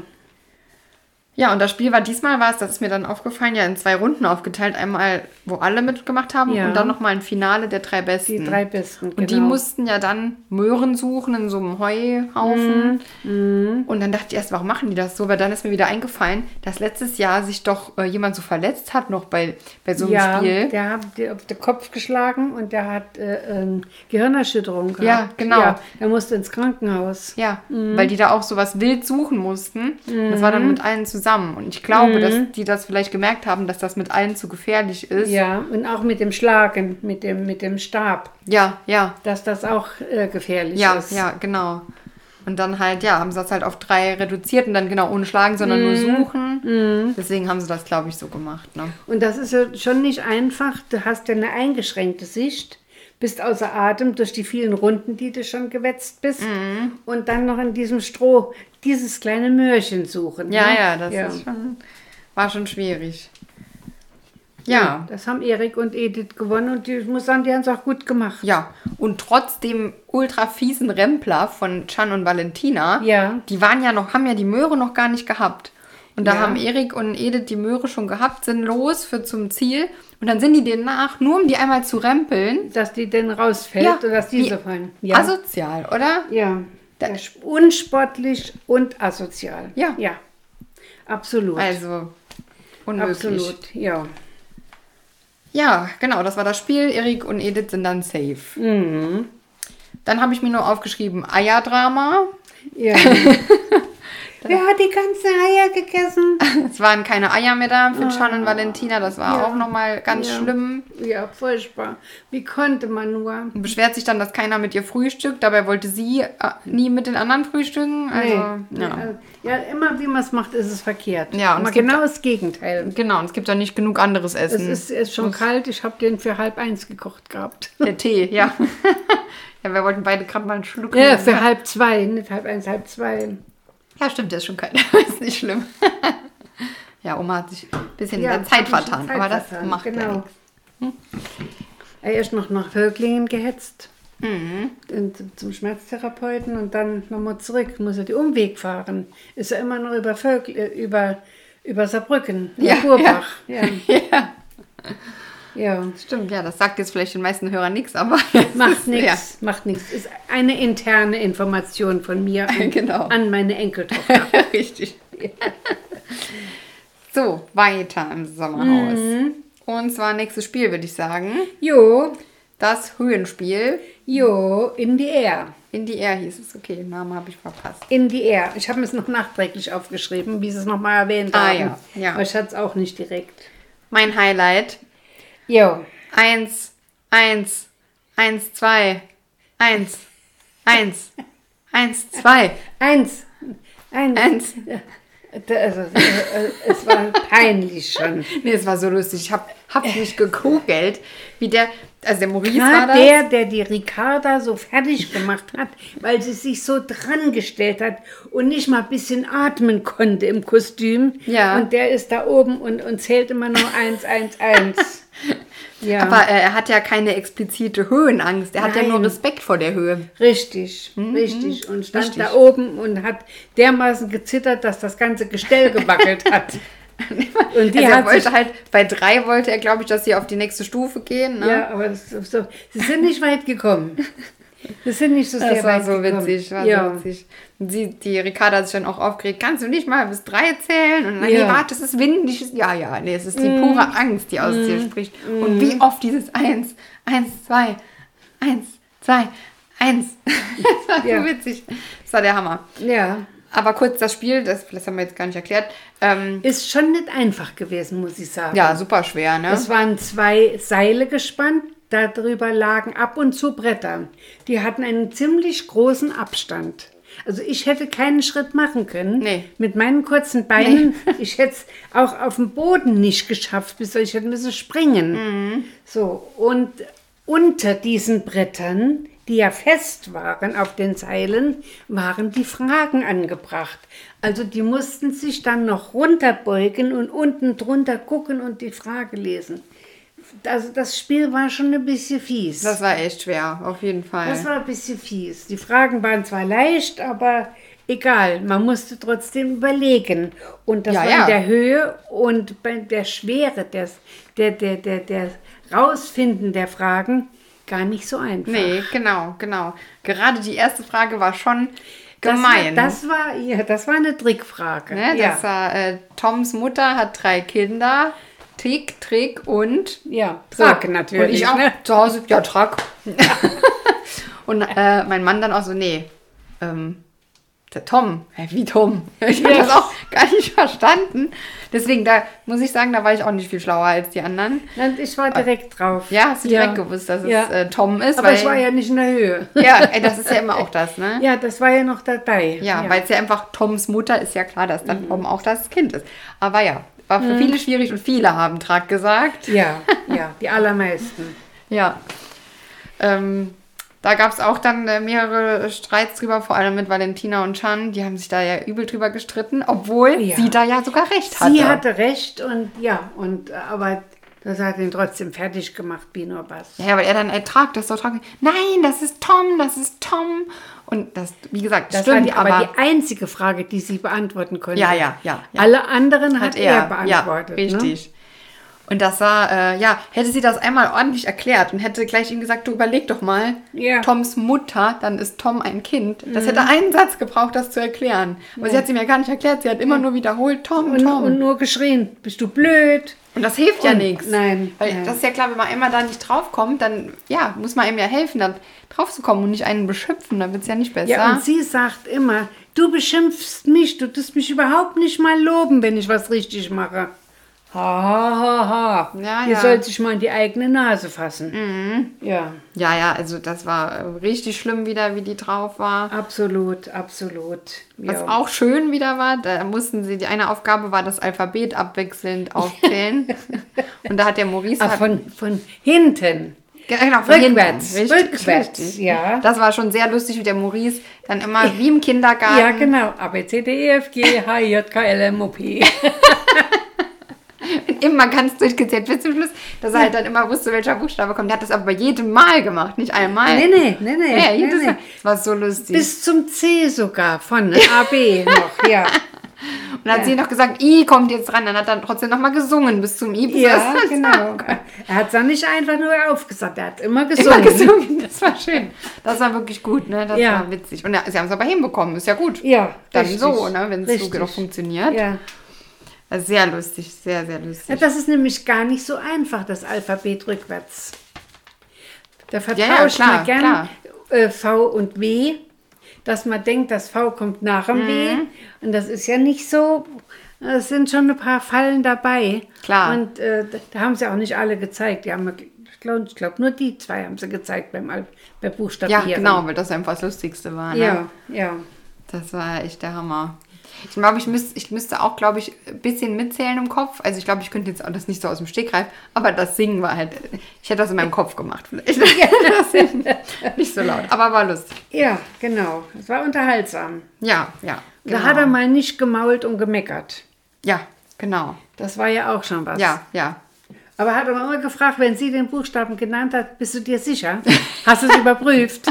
[SPEAKER 2] Ja, und das Spiel war diesmal war es, das ist mir dann aufgefallen, ja in zwei Runden aufgeteilt. Einmal, wo alle mitgemacht haben
[SPEAKER 3] Ja.
[SPEAKER 2] und dann nochmal ein Finale der drei Besten.
[SPEAKER 3] Die drei genau. Besten,
[SPEAKER 2] hm. Und die mussten ja dann Möhren suchen in so einem Heuhaufen.
[SPEAKER 3] Mhm.
[SPEAKER 2] Und dann dachte ich erst, warum machen die das so? Aber dann ist mir wieder eingefallen, dass letztes Jahr sich doch äh, jemand so verletzt hat noch bei, bei so einem
[SPEAKER 3] ja,
[SPEAKER 2] Spiel.
[SPEAKER 3] der hat dir auf den Kopf geschlagen und der hat äh, ähm, Gehirnerschütterung gehabt.
[SPEAKER 2] Ja, genau.
[SPEAKER 3] er musste ins Krankenhaus. Mhm.
[SPEAKER 2] Ja, weil die da auch sowas wild suchen mussten. Das war dann mit allen zusammen. Und ich glaube, dass die das vielleicht gemerkt haben, dass das mit allen zu gefährlich ist.
[SPEAKER 3] Ja, und auch mit dem Schlagen, mit dem, mit dem Stab,
[SPEAKER 2] ja, ja,
[SPEAKER 3] dass das auch äh, gefährlich
[SPEAKER 2] ja,
[SPEAKER 3] ist.
[SPEAKER 2] ja, genau. Und dann halt, ja, haben sie das halt auf drei reduziert und dann genau ohne Schlagen, sondern nur suchen. Deswegen haben sie das, glaube ich, so gemacht. Ne?
[SPEAKER 3] Und das ist ja schon nicht einfach. Du hast ja eine eingeschränkte Sicht, bist außer Atem durch die vielen Runden, die du schon gewetzt bist.
[SPEAKER 2] Mhm.
[SPEAKER 3] Und dann noch in diesem Stroh dieses kleine Möhrchen suchen.
[SPEAKER 2] Ja,
[SPEAKER 3] ne?
[SPEAKER 2] ja, das Ist schon, war schon schwierig. Mhm. Ja,
[SPEAKER 3] Das haben Erik und Edith gewonnen und die, ich muss sagen, die haben es auch gut gemacht.
[SPEAKER 2] ja. Und trotz dem ultra fiesen Rempler von Chan und Valentina,
[SPEAKER 3] Ja.
[SPEAKER 2] die waren ja noch, haben ja die Möhre noch gar nicht gehabt. Und da
[SPEAKER 3] Ja.
[SPEAKER 2] haben Erik und Edith die Möhre schon gehabt, sind los für zum Ziel. Und dann sind die denen nach, nur um die einmal zu rempeln.
[SPEAKER 3] Dass die denn rausfällt
[SPEAKER 2] Ja,
[SPEAKER 3] und dass die
[SPEAKER 2] die-
[SPEAKER 3] so fallen.
[SPEAKER 2] Asozial, oder?
[SPEAKER 3] Ja,
[SPEAKER 2] Da-
[SPEAKER 3] das ist unsportlich und asozial.
[SPEAKER 2] Ja.
[SPEAKER 3] Ja, absolut.
[SPEAKER 2] Also, unmöglich.
[SPEAKER 3] absolut, ja.
[SPEAKER 2] Ja, genau, das war das Spiel. Erik und Edith sind dann safe.
[SPEAKER 3] Mhm.
[SPEAKER 2] Dann habe ich mir nur aufgeschrieben, Eierdrama.
[SPEAKER 3] ja. Wer hat die ganzen Eier gegessen?
[SPEAKER 2] Es waren keine Eier mehr da für Chan und Valentina. Das war auch nochmal ganz schlimm.
[SPEAKER 3] Ah. Ja, furchtbar. Wie konnte man nur?
[SPEAKER 2] Und beschwert sich dann, dass keiner mit ihr frühstückt. Dabei wollte sie äh, nie mit den anderen frühstücken. Also,
[SPEAKER 3] nee.
[SPEAKER 2] ja.
[SPEAKER 3] Also, ja, immer wie man es macht, ist es verkehrt.
[SPEAKER 2] Ja, und
[SPEAKER 3] Mal
[SPEAKER 2] es gibt-
[SPEAKER 3] genau das Gegenteil.
[SPEAKER 2] Genau, und es gibt da nicht genug anderes
[SPEAKER 3] Es
[SPEAKER 2] Essen.
[SPEAKER 3] ist, ist schon kalt, ich habe den für halb eins gekocht gehabt.
[SPEAKER 2] Der Tee, ja. ja, wir wollten beide gerade mal einen Schluck
[SPEAKER 3] Ja,
[SPEAKER 2] nehmen.
[SPEAKER 3] für halb zwei, nicht halb eins, halb zwei.
[SPEAKER 2] Ja, stimmt, der ist schon kalt. ist nicht schlimm. ja, Oma hat sich ein bisschen
[SPEAKER 3] Ja,
[SPEAKER 2] in der Zeit
[SPEAKER 3] hat mich in
[SPEAKER 2] vertan.
[SPEAKER 3] Zeit
[SPEAKER 2] aber das
[SPEAKER 3] vertan,
[SPEAKER 2] macht ja
[SPEAKER 3] genau.
[SPEAKER 2] nichts.
[SPEAKER 3] Er ist noch nach Völklingen gehetzt.
[SPEAKER 2] Mhm.
[SPEAKER 3] Und zum- zum Schmerztherapeuten und dann nochmal zurück. Muss er den Umweg fahren. Ist er immer noch über, Völk, äh, über, über Saarbrücken, über
[SPEAKER 2] Ja,
[SPEAKER 3] Burbach. Ja. ja.
[SPEAKER 2] Stimmt, ja, das sagt jetzt vielleicht den meisten Hörern nichts, aber.
[SPEAKER 3] Macht nichts,
[SPEAKER 2] Ja.
[SPEAKER 3] macht nichts. Ist eine interne Information von mir an,
[SPEAKER 2] Genau.
[SPEAKER 3] an meine Enkeltochter.
[SPEAKER 2] Richtig. So, weiter im Sommerhaus.
[SPEAKER 3] Mhm.
[SPEAKER 2] Und zwar nächstes Spiel, würde ich sagen.
[SPEAKER 3] Jo,
[SPEAKER 2] Das Höhenspiel.
[SPEAKER 3] jo, in die Air.
[SPEAKER 2] In die Air hieß es. Okay, den Namen habe ich verpasst.
[SPEAKER 3] In die Air. Ich habe es noch nachträglich aufgeschrieben, wie sie es nochmal erwähnt
[SPEAKER 2] Ah,
[SPEAKER 3] haben.
[SPEAKER 2] ja, ja.
[SPEAKER 3] Aber ich hatte es auch nicht direkt.
[SPEAKER 2] Mein Highlight.
[SPEAKER 3] Jo.
[SPEAKER 2] Eins, eins, eins, zwei, eins, eins, eins, zwei,
[SPEAKER 3] Eins. Eins.
[SPEAKER 2] eins.
[SPEAKER 3] Da- Also, äh, äh, es war peinlich schon.
[SPEAKER 2] Nee, es war so lustig. Ich hab, hab mich gekugelt, wie der, also der Maurice war
[SPEAKER 3] Na,
[SPEAKER 2] das.
[SPEAKER 3] der, der die Ricarda so fertig gemacht hat, weil sie sich so dran gestellt hat und nicht mal ein bisschen atmen konnte im Kostüm.
[SPEAKER 2] Ja.
[SPEAKER 3] Und der ist da oben und, und zählt immer nur eins, eins, eins. Ja,
[SPEAKER 2] Aber äh, er hat ja keine explizite Höhenangst. Er hat ja nur
[SPEAKER 3] Nein.
[SPEAKER 2] Respekt vor der Höhe.
[SPEAKER 3] richtig, richtig. Und stand
[SPEAKER 2] Mhm, Richtig.
[SPEAKER 3] da oben und hat dermaßen gezittert, dass das ganze Gestell gewackelt hat. Und die
[SPEAKER 2] also er
[SPEAKER 3] hat sich
[SPEAKER 2] wollte halt, bei drei wollte er, glaube ich, dass sie auf die nächste Stufe gehen. Ne?
[SPEAKER 3] Ja, aber das, ist so, sie sind nicht weit gekommen. Sie sind nicht so sehr
[SPEAKER 2] Das war
[SPEAKER 3] weit
[SPEAKER 2] so
[SPEAKER 3] gekommen.
[SPEAKER 2] witzig, war
[SPEAKER 3] ja.
[SPEAKER 2] so witzig. Und sie, die Ricarda hat sich dann auch aufgeregt, kannst du nicht mal bis drei zählen? Und dann,
[SPEAKER 3] Ja. Mhm.
[SPEAKER 2] nee, warte, es ist windig. es ist- Ja, ja, nee, es ist die pure Angst, die aus dir spricht. Und wie oft dieses Eins, Eins, Zwei, Eins, Zwei, Eins. das war
[SPEAKER 3] Ja.
[SPEAKER 2] so witzig. Das war der Hammer.
[SPEAKER 3] Ja,
[SPEAKER 2] Aber kurz das Spiel, das, das haben wir jetzt gar nicht erklärt. Ähm,
[SPEAKER 3] ist schon nicht einfach gewesen, muss ich sagen.
[SPEAKER 2] ja, super schwer, ne?
[SPEAKER 3] Es waren zwei Seile gespannt, darüber lagen ab und zu Bretter. Die hatten einen ziemlich großen Abstand. Also ich hätte keinen Schritt machen können.
[SPEAKER 2] Nee.
[SPEAKER 3] Mit meinen kurzen Beinen. Ich hätte es auch auf dem Boden nicht geschafft, bis ich hätte müssen
[SPEAKER 2] Hm.
[SPEAKER 3] springen. So, und unter diesen Brettern, die ja fest waren auf den Seilen, waren die Fragen angebracht. Also die mussten sich dann noch runterbeugen und unten drunter gucken und die Frage lesen. Also das Spiel war schon ein bisschen fies.
[SPEAKER 2] Das war echt schwer, auf jeden Fall.
[SPEAKER 3] Das war ein bisschen fies. Die Fragen waren zwar leicht, aber egal. Man musste trotzdem überlegen. Und das
[SPEAKER 2] Ja,
[SPEAKER 3] war
[SPEAKER 2] ja.
[SPEAKER 3] in der Höhe und bei der Schwere, der, der, der, der, der Rausfinden der Fragen gar nicht so einfach.
[SPEAKER 2] nee, genau, genau. Gerade die erste Frage war schon
[SPEAKER 3] Das
[SPEAKER 2] gemein.
[SPEAKER 3] War, das, war, ja, das war eine Trickfrage.
[SPEAKER 2] ne?
[SPEAKER 3] ja.
[SPEAKER 2] das war äh, Toms Mutter hat drei Kinder. Tick, Trick und
[SPEAKER 3] ja, Frage
[SPEAKER 2] So.
[SPEAKER 3] natürlich.
[SPEAKER 2] Und ich auch
[SPEAKER 3] ne?
[SPEAKER 2] zu Hause, ja, Track. und äh, mein Mann dann auch so, nee, ähm, Der Tom, hä, wie Tom? Ich habe das auch gar nicht verstanden. Deswegen, da muss ich sagen, da war ich auch nicht viel schlauer als die anderen.
[SPEAKER 3] Nein, Ich war direkt drauf.
[SPEAKER 2] Ja, hast du
[SPEAKER 3] Ja.
[SPEAKER 2] direkt gewusst, dass es
[SPEAKER 3] Ja.
[SPEAKER 2] äh, Tom ist.
[SPEAKER 3] Aber
[SPEAKER 2] weil,
[SPEAKER 3] ich war ja nicht in der Höhe.
[SPEAKER 2] ja, ey, das ist ja immer auch das, ne?
[SPEAKER 3] Ja, das war ja noch dabei.
[SPEAKER 2] Ja, weil es ja einfach Toms Mutter ist ja klar, dass
[SPEAKER 3] Mhm.
[SPEAKER 2] dann Tom auch das Kind ist. Aber ja, war für viele schwierig und viele haben Trag gesagt.
[SPEAKER 3] Ja, ja, die allermeisten.
[SPEAKER 2] Ja. Ähm, da gab es auch dann äh, mehrere Streits drüber, vor allem mit Valentina und Chan. Die haben sich da ja übel drüber gestritten, obwohl
[SPEAKER 3] Ja.
[SPEAKER 2] sie da ja sogar recht hatte.
[SPEAKER 3] Sie hatte recht und ja, und äh, aber das hat ihn trotzdem fertig gemacht, Binobas.
[SPEAKER 2] ja, ja, weil er dann ertragt, das doch Trag. Nein, das ist Tom, das ist Tom. Und das, wie gesagt,
[SPEAKER 3] Das
[SPEAKER 2] stimmt,
[SPEAKER 3] war die, aber
[SPEAKER 2] aber
[SPEAKER 3] die einzige Frage, die sie beantworten konnte.
[SPEAKER 2] Ja, ja, ja, ja.
[SPEAKER 3] Alle anderen hat, er, beantwortet. ne?
[SPEAKER 2] Ja, richtig. Und das war, äh, ja, hätte sie das einmal ordentlich erklärt und hätte gleich ihm gesagt, du überleg doch mal,
[SPEAKER 3] Ja. Mhm.
[SPEAKER 2] Toms Mutter, dann ist Tom ein Kind. Das hätte einen Satz gebraucht, das zu erklären. Aber sie hat es ihm ja gar nicht erklärt. Sie hat immer nur wiederholt, Tom,
[SPEAKER 3] Ne? Und,
[SPEAKER 2] Tom.
[SPEAKER 3] und nur geschrien, bist du blöd?
[SPEAKER 2] Und das hilft ja
[SPEAKER 3] Und-
[SPEAKER 2] nichts.
[SPEAKER 3] nein,
[SPEAKER 2] Weil
[SPEAKER 3] nein.
[SPEAKER 2] das ist ja klar, wenn man einmal da nicht draufkommt, dann ja, muss man ihm ja helfen, dann draufzukommen und nicht einen beschimpfen, dann wird es ja nicht besser.
[SPEAKER 3] Ja, und sie sagt immer, du beschimpfst mich, du tust mich überhaupt nicht mal loben, wenn ich was richtig mache. Ha, ha, ha, ha.
[SPEAKER 2] Ja, Mhm.
[SPEAKER 3] Ihr
[SPEAKER 2] ja.
[SPEAKER 3] sollt sich mal in die eigene Nase fassen. Ja,
[SPEAKER 2] ja, ja, also das war äh, richtig schlimm wieder, wie die drauf war.
[SPEAKER 3] absolut, absolut.
[SPEAKER 2] Was
[SPEAKER 3] ja.
[SPEAKER 2] auch schön wieder war, da mussten sie, die eine Aufgabe war das Alphabet abwechselnd aufzählen. und da hat der Maurice.
[SPEAKER 3] Ah,
[SPEAKER 2] hat,
[SPEAKER 3] von, von hinten.
[SPEAKER 2] Ge- genau,
[SPEAKER 3] Rückwärts,
[SPEAKER 2] hinten. Richtig,
[SPEAKER 3] rückwärts,
[SPEAKER 2] richtig.
[SPEAKER 3] ja.
[SPEAKER 2] Das war schon sehr lustig, wie der Maurice dann immer wie im Kindergarten.
[SPEAKER 3] Ja, genau. A, B, C, D, E, F, G, H, J, K, L, M, O, P.
[SPEAKER 2] Immer ganz durchgezählt bis zum Schluss, dass er halt dann immer wusste, welcher Buchstabe kommt. Der hat das aber bei jedem Mal gemacht, nicht einmal.
[SPEAKER 3] Nee, nee, nee, nee.
[SPEAKER 2] Ja,
[SPEAKER 3] nee,
[SPEAKER 2] jedes
[SPEAKER 3] nee.
[SPEAKER 2] Mal. Das war so lustig.
[SPEAKER 3] Bis zum C sogar, von A, B noch, ja.
[SPEAKER 2] und dann hat sie noch gesagt, I kommt jetzt ran. Dann hat er trotzdem nochmal gesungen bis zum I. Bis
[SPEAKER 3] Ja,
[SPEAKER 2] das-
[SPEAKER 3] genau. Er hat es dann nicht einfach nur aufgesagt, er hat immer gesungen.
[SPEAKER 2] Immer gesungen, das war schön. Das war wirklich gut, ne? Das
[SPEAKER 3] Ja.
[SPEAKER 2] war witzig. Und ja, sie haben es aber hinbekommen, ist ja gut.
[SPEAKER 3] Ja,
[SPEAKER 2] Dann
[SPEAKER 3] richtig.
[SPEAKER 2] so, ne? Wenn es so
[SPEAKER 3] Richtig.
[SPEAKER 2] genug funktioniert.
[SPEAKER 3] Ja.
[SPEAKER 2] Also sehr lustig, sehr, sehr
[SPEAKER 3] ja,
[SPEAKER 2] lustig.
[SPEAKER 3] das ist nämlich gar nicht so einfach, das Alphabet rückwärts. Da
[SPEAKER 2] ja,
[SPEAKER 3] vertauscht
[SPEAKER 2] klar,
[SPEAKER 3] man gern äh, V und W, dass man denkt, das V kommt nach dem W.
[SPEAKER 2] Mhm.
[SPEAKER 3] Und das ist ja nicht so. Es sind schon ein paar Fallen dabei.
[SPEAKER 2] Klar.
[SPEAKER 3] Und äh, da haben sie auch nicht alle gezeigt. Die haben, ich glaube, ich glaub, nur die zwei haben sie gezeigt beim Al bei
[SPEAKER 2] Ja,
[SPEAKER 3] Buchstabieren.
[SPEAKER 2] genau, weil das einfach das Lustigste war. Ne?
[SPEAKER 3] Ja, ja.
[SPEAKER 2] Das war echt der Hammer. Ich glaube, ich, müsst, ich müsste auch, glaube ich, ein bisschen mitzählen im Kopf. Also ich glaube, ich könnte jetzt auch das nicht so aus dem Stegreif, aber das Singen war halt, ich hätte das in meinem Kopf gemacht vielleicht. Das Singen. nicht so laut, aber war lustig.
[SPEAKER 3] Ja, genau. Es war unterhaltsam.
[SPEAKER 2] Ja, ja. genau.
[SPEAKER 3] Da hat er mal nicht gemault und gemeckert.
[SPEAKER 2] Ja, genau.
[SPEAKER 3] Das war ja auch schon was.
[SPEAKER 2] Ja, ja.
[SPEAKER 3] Aber hat aber immer gefragt, wenn sie den Buchstaben genannt hat, bist du dir sicher? Hast du es überprüft?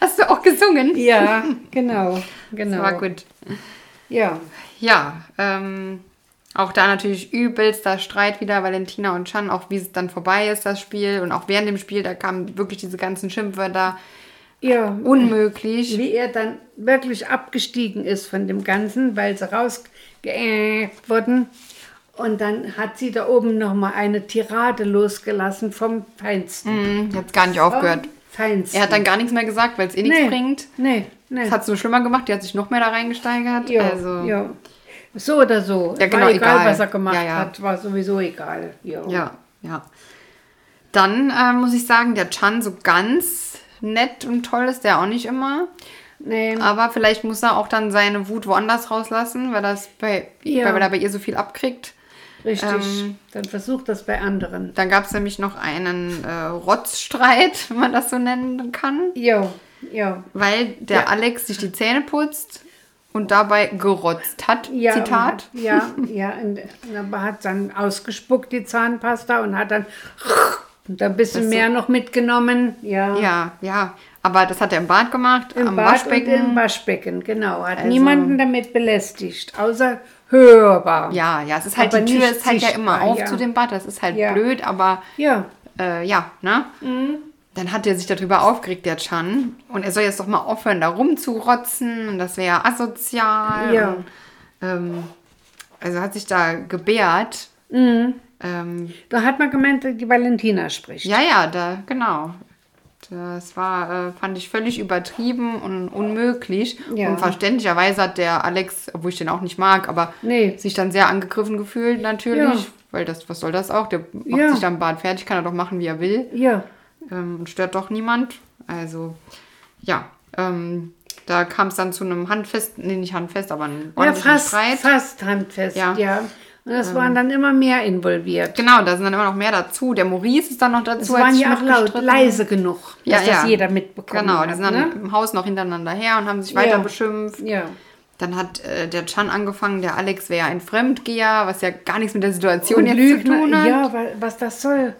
[SPEAKER 2] Hast du auch gesungen?
[SPEAKER 3] ja, genau, genau.
[SPEAKER 2] Das war gut.
[SPEAKER 3] Ja,
[SPEAKER 2] Ja, ähm, auch da natürlich übelster Streit wieder, Valentina und Chan, auch wie es dann vorbei ist, das Spiel. Und auch während dem Spiel, da kamen wirklich diese ganzen Schimpfwörter.
[SPEAKER 3] ja.
[SPEAKER 2] Unmöglich.
[SPEAKER 3] Wie er dann wirklich abgestiegen ist von dem Ganzen, weil sie rausge wurden. Und dann hat sie da oben nochmal eine Tirade losgelassen vom Feinsten.
[SPEAKER 2] Hm, Hat gar nicht aufgehört.
[SPEAKER 3] Vom Feinsten.
[SPEAKER 2] Er hat dann gar nichts mehr gesagt, weil es eh nichts
[SPEAKER 3] nee,
[SPEAKER 2] bringt.
[SPEAKER 3] Nee, nee.
[SPEAKER 2] Das hat es nur schlimmer gemacht, die hat sich noch mehr da reingesteigert.
[SPEAKER 3] Ja,
[SPEAKER 2] also, ja.
[SPEAKER 3] ja. So oder so.
[SPEAKER 2] Ja, genau,
[SPEAKER 3] war egal,
[SPEAKER 2] egal.
[SPEAKER 3] was er gemacht
[SPEAKER 2] Ja, ja.
[SPEAKER 3] hat, war sowieso egal. Ja.
[SPEAKER 2] ja, Dann äh, muss ich sagen, der Chan so ganz nett und toll ist der auch nicht immer.
[SPEAKER 3] Nee,
[SPEAKER 2] Mhm. Aber vielleicht muss er auch dann seine Wut woanders rauslassen, weil, das bei,
[SPEAKER 3] Ja.
[SPEAKER 2] weil er bei ihr so viel abkriegt.
[SPEAKER 3] richtig.
[SPEAKER 2] Ähm,
[SPEAKER 3] Dann versucht das bei anderen.
[SPEAKER 2] Dann gab es nämlich noch einen äh, Rotzstreit, wenn man das so nennen kann,
[SPEAKER 3] Ja, ja.
[SPEAKER 2] weil der Alex sich die Zähne putzt und dabei gerotzt hat.
[SPEAKER 3] Ja,
[SPEAKER 2] Zitat.
[SPEAKER 3] Ja, ja. Und dann hat dann ausgespuckt die Zahnpasta und hat dann und ein bisschen mehr noch mitgenommen. Ja.
[SPEAKER 2] Ja, ja. Aber das hat er im Bad gemacht,
[SPEAKER 3] Im
[SPEAKER 2] am
[SPEAKER 3] Bad
[SPEAKER 2] Waschbecken. Also.
[SPEAKER 3] Und im Waschbecken, genau. Hat niemanden damit belästigt, außer hörbar.
[SPEAKER 2] ja, ja, es ist halt,
[SPEAKER 3] Aber
[SPEAKER 2] die Tür
[SPEAKER 3] nicht
[SPEAKER 2] ist halt ja immer
[SPEAKER 3] sichtbar,
[SPEAKER 2] auf
[SPEAKER 3] ja.
[SPEAKER 2] zu dem Bad. Das ist halt
[SPEAKER 3] Ja.
[SPEAKER 2] blöd, aber
[SPEAKER 3] Ja,
[SPEAKER 2] äh, ja, ne?
[SPEAKER 3] Mhm.
[SPEAKER 2] Dann hat er sich darüber aufgeregt, der Chan. Und er soll jetzt doch mal aufhören, da rumzurotzen. Und das wäre ja asozial.
[SPEAKER 3] Ja.
[SPEAKER 2] Und, ähm, also hat sich da gebärt. Ähm,
[SPEAKER 3] Mhm. da hat man gemeint, die Valentina spricht.
[SPEAKER 2] ja, ja, da, genau. Das war, äh, fand ich völlig übertrieben und unmöglich.
[SPEAKER 3] Ja.
[SPEAKER 2] Und verständlicherweise hat der Alex, obwohl ich den auch nicht mag, aber
[SPEAKER 3] Nee.
[SPEAKER 2] sich dann sehr angegriffen gefühlt natürlich.
[SPEAKER 3] Ja.
[SPEAKER 2] Weil das, was soll das auch? Der macht
[SPEAKER 3] Ja.
[SPEAKER 2] sich dann Bad fertig, kann er doch machen, wie er will.
[SPEAKER 3] Ja.
[SPEAKER 2] Ähm, und stört doch niemand. Also, ja. Ähm, da kam es dann zu einem handfest, nee, nicht handfest, aber einem
[SPEAKER 3] Ja,
[SPEAKER 2] ordentlichen
[SPEAKER 3] fast,
[SPEAKER 2] Streit.
[SPEAKER 3] fast handfest,
[SPEAKER 2] Ja.
[SPEAKER 3] ja. Und es waren dann immer mehr involviert.
[SPEAKER 2] Genau, da sind dann immer noch mehr dazu. Der Maurice ist dann noch dazu.
[SPEAKER 3] Es
[SPEAKER 2] hat
[SPEAKER 3] waren
[SPEAKER 2] sich
[SPEAKER 3] ja
[SPEAKER 2] noch
[SPEAKER 3] auch laut,
[SPEAKER 2] gestritten.
[SPEAKER 3] leise genug,
[SPEAKER 2] Ja,
[SPEAKER 3] dass
[SPEAKER 2] ja.
[SPEAKER 3] das jeder mitbekommen
[SPEAKER 2] Genau,
[SPEAKER 3] hat.
[SPEAKER 2] die sind dann
[SPEAKER 3] ne?
[SPEAKER 2] im Haus noch hintereinander her und haben sich weiter
[SPEAKER 3] Ja.
[SPEAKER 2] beschimpft.
[SPEAKER 3] Ja.
[SPEAKER 2] Dann hat äh, der Chan angefangen, der Alex wäre ja ein Fremdgeher, was ja gar nichts mit der Situation jetzt zu tun hat.
[SPEAKER 3] ja, wa- was das soll.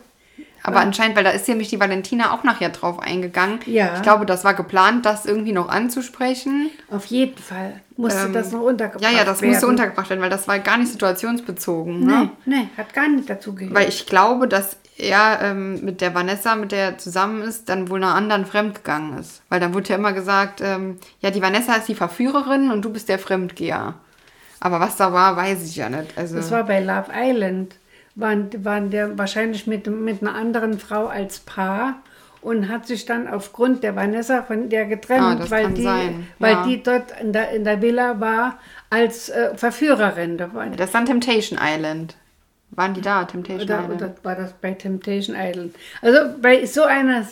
[SPEAKER 2] Aber anscheinend, weil da ist nämlich die Valentina auch nachher drauf eingegangen.
[SPEAKER 3] Ja.
[SPEAKER 2] Ich glaube, das war geplant, das irgendwie noch anzusprechen.
[SPEAKER 3] Auf jeden Fall musste das noch untergebracht
[SPEAKER 2] Ähm, Ja,
[SPEAKER 3] werden.
[SPEAKER 2] ja, das musste untergebracht werden, weil das war gar nicht situationsbezogen.
[SPEAKER 3] Nee,
[SPEAKER 2] Ne?
[SPEAKER 3] nee, hat gar nicht dazu gehört.
[SPEAKER 2] Weil ich glaube, dass er ähm, mit der Vanessa, mit der er zusammen ist, dann wohl einer anderen fremdgegangen ist. Weil dann wurde ja immer gesagt, ähm, ja, die Vanessa ist die Verführerin und du bist der Fremdgeher. Aber was da war, weiß ich ja nicht. Also,
[SPEAKER 3] Das war bei Love Island. Waren, waren der wahrscheinlich mit, mit einer anderen Frau als Paar und hat sich dann aufgrund der Vanessa von der
[SPEAKER 2] Ah,
[SPEAKER 3] getrennt,
[SPEAKER 2] das
[SPEAKER 3] weil,
[SPEAKER 2] kann
[SPEAKER 3] die,
[SPEAKER 2] sein,
[SPEAKER 3] weil
[SPEAKER 2] ja.
[SPEAKER 3] die dort in der, in der Villa war als äh, Verführerin. Da war,
[SPEAKER 2] das ist dann Temptation Island. Waren die da, Temptation
[SPEAKER 3] oder,
[SPEAKER 2] Island?
[SPEAKER 3] oder war das bei Temptation Island? Also bei so einer